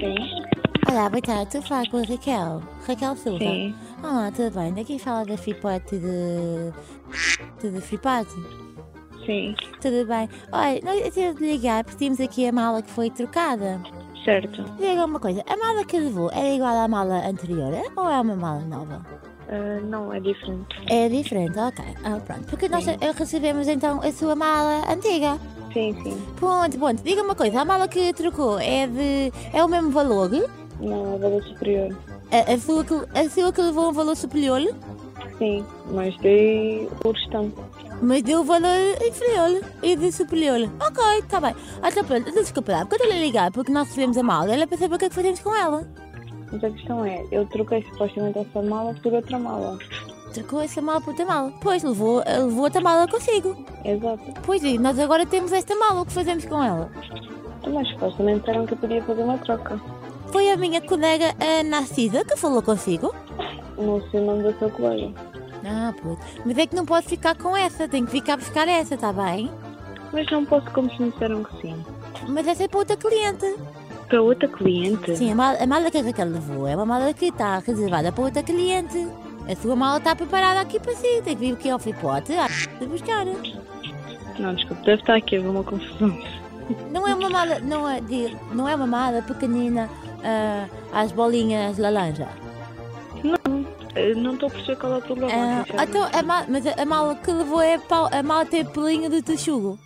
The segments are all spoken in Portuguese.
Sim, Olá, boa tarde. Estou a falar com a Raquel. Raquel Silva. sim. Olá, tudo bem? Daqui fala da Friparte de. de Friparte. Sim, Tudo bem. Olha, nós eu tive de ligar porque tínhamos aqui a mala que foi trocada. certo. Diga uma coisa, a mala que levou era igual à mala anterior é? ou é uma mala nova? Ah, não, é diferente. É diferente, ok. Ah, pronto. Porque nós eh, recebemos então a sua mala antiga. Sim, sim. Pronto, pronto. Diga uma coisa, a mala que trocou é de. é o mesmo valor? eh, Não, é valor superior. A, a sua, que, a sua que levou um valor superior, Sim, mas dei o restante. mas deu um valor inferior e de superior. Ok, tá bem. Então pronto, então, desculpa lá, porque eu estou a ligar porque nós recebemos a mala, ela percebeu o que é que fazemos com ela. Mas a questão é, eu troquei supostamente essa mala por outra mala. Trocou essa mala por outra mala. Pois, levou, levou outra mala consigo. Exato. Pois e nós agora temos esta mala, o que fazemos com ela? Mas supostamente disseram que eu podia fazer uma troca. Foi a minha colega a Narcisa que falou consigo. Não sei o nome da sua colega. Ah, puto. Mas é que não pode ficar com essa, tem que ficar a buscar essa, tá bem? Mas não posso como se me disseram que sim. Mas essa é para outra cliente. Para outra cliente? Sim, é a mala, a mala que a Raquel levou é uma mala que está reservada para outra cliente. A sua mala está preparada aqui para si, tem que vir aqui ao Fipote a de buscar. Não, desculpe, deve estar aqui, houve uma confusão. Não é uma mala, não é, de- não é uma mala pequenina ah, às bolinhas laranja. Eu não estou a perceber qual é o problema. Ah, sinceramente. então, a mala, mas a, a mala que levou é pau- a mala tem pelinho de texugo.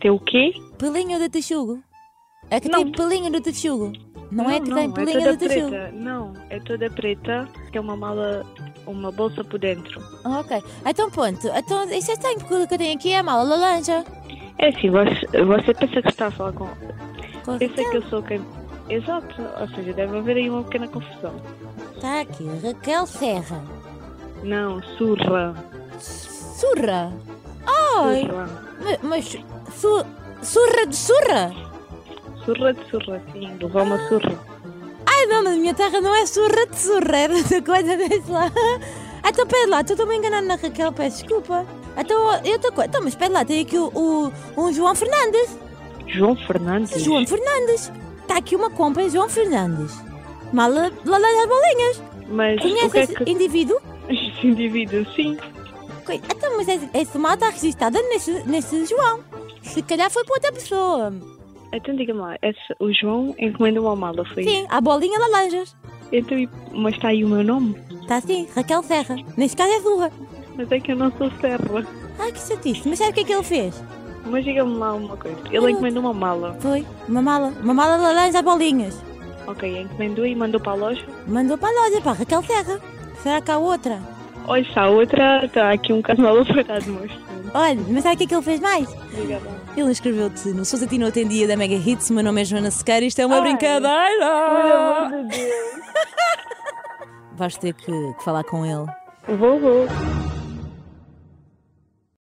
Tem o quê? Pelinho de texugo. É que Não. tem pelinho de texugo. Não, é que tem pelinho é de toda texugo. preta. Não, é toda preta, tem uma mala, uma bolsa por dentro. Ah, Ok. Então, ponto. Então, isso é estranho, porque o que eu tenho aqui é a mala laranja. É assim, você, você pensa que está a falar com. Com- Pensa é que eu sou quem. Exato, ou seja, deve haver aí uma pequena confusão. Está Tá aqui, Raquel Serra. Não, surra. Surra! Ai! Surra. ma- Mas. su- surra de surra? Surra de surra, sim, levar uma surra. Ai não, na minha terra não é surra de surra, é outra coisa, deixa lá. Ah, Então, pera lá, estou me enganando na Raquel, peço desculpa. Então, eu estou. Então, mas pera lá, tem aqui o, o, um João Fernandes. João Fernandes? João Fernandes! Está aqui uma compra em João Fernandes. Mala laranja bolinhas. Mas o Conhece que é esse que. indivíduo? Este indivíduo, sim. Coi- Então, mas esse, esse mal está registada nesse, nesse João. Se calhar foi para outra pessoa. Então diga-me lá, esse, o João encomendou uma mala, foi? Sim, a bolinha laranjas. Então, e- mas está aí o meu nome? Está assim, Raquel Serra. Neste caso é sua. Mas é que eu não sou serra. Ai, que chatice. Mas sabe o que é que ele fez? Mas diga-me lá uma coisa. não- Ele encomendou uma mala. Foi uma mala, uma mala laranja a bolinhas. Ok, encomendou e mandou para a loja. Mandou para a loja, para a Raquel Serra. Será que há outra? Olha, está a outra. Está aqui um casal apertado, mas. Olha, mas sabe o que é que ele fez mais? Obrigada. Ele inscreveu-te no Sousa Tino Atendia da Mega Hits. Meu nome é Joana Sequeira e isto é uma Ai. brincadeira. de Deus. Vais ter que, que falar com ele. Vou, vou.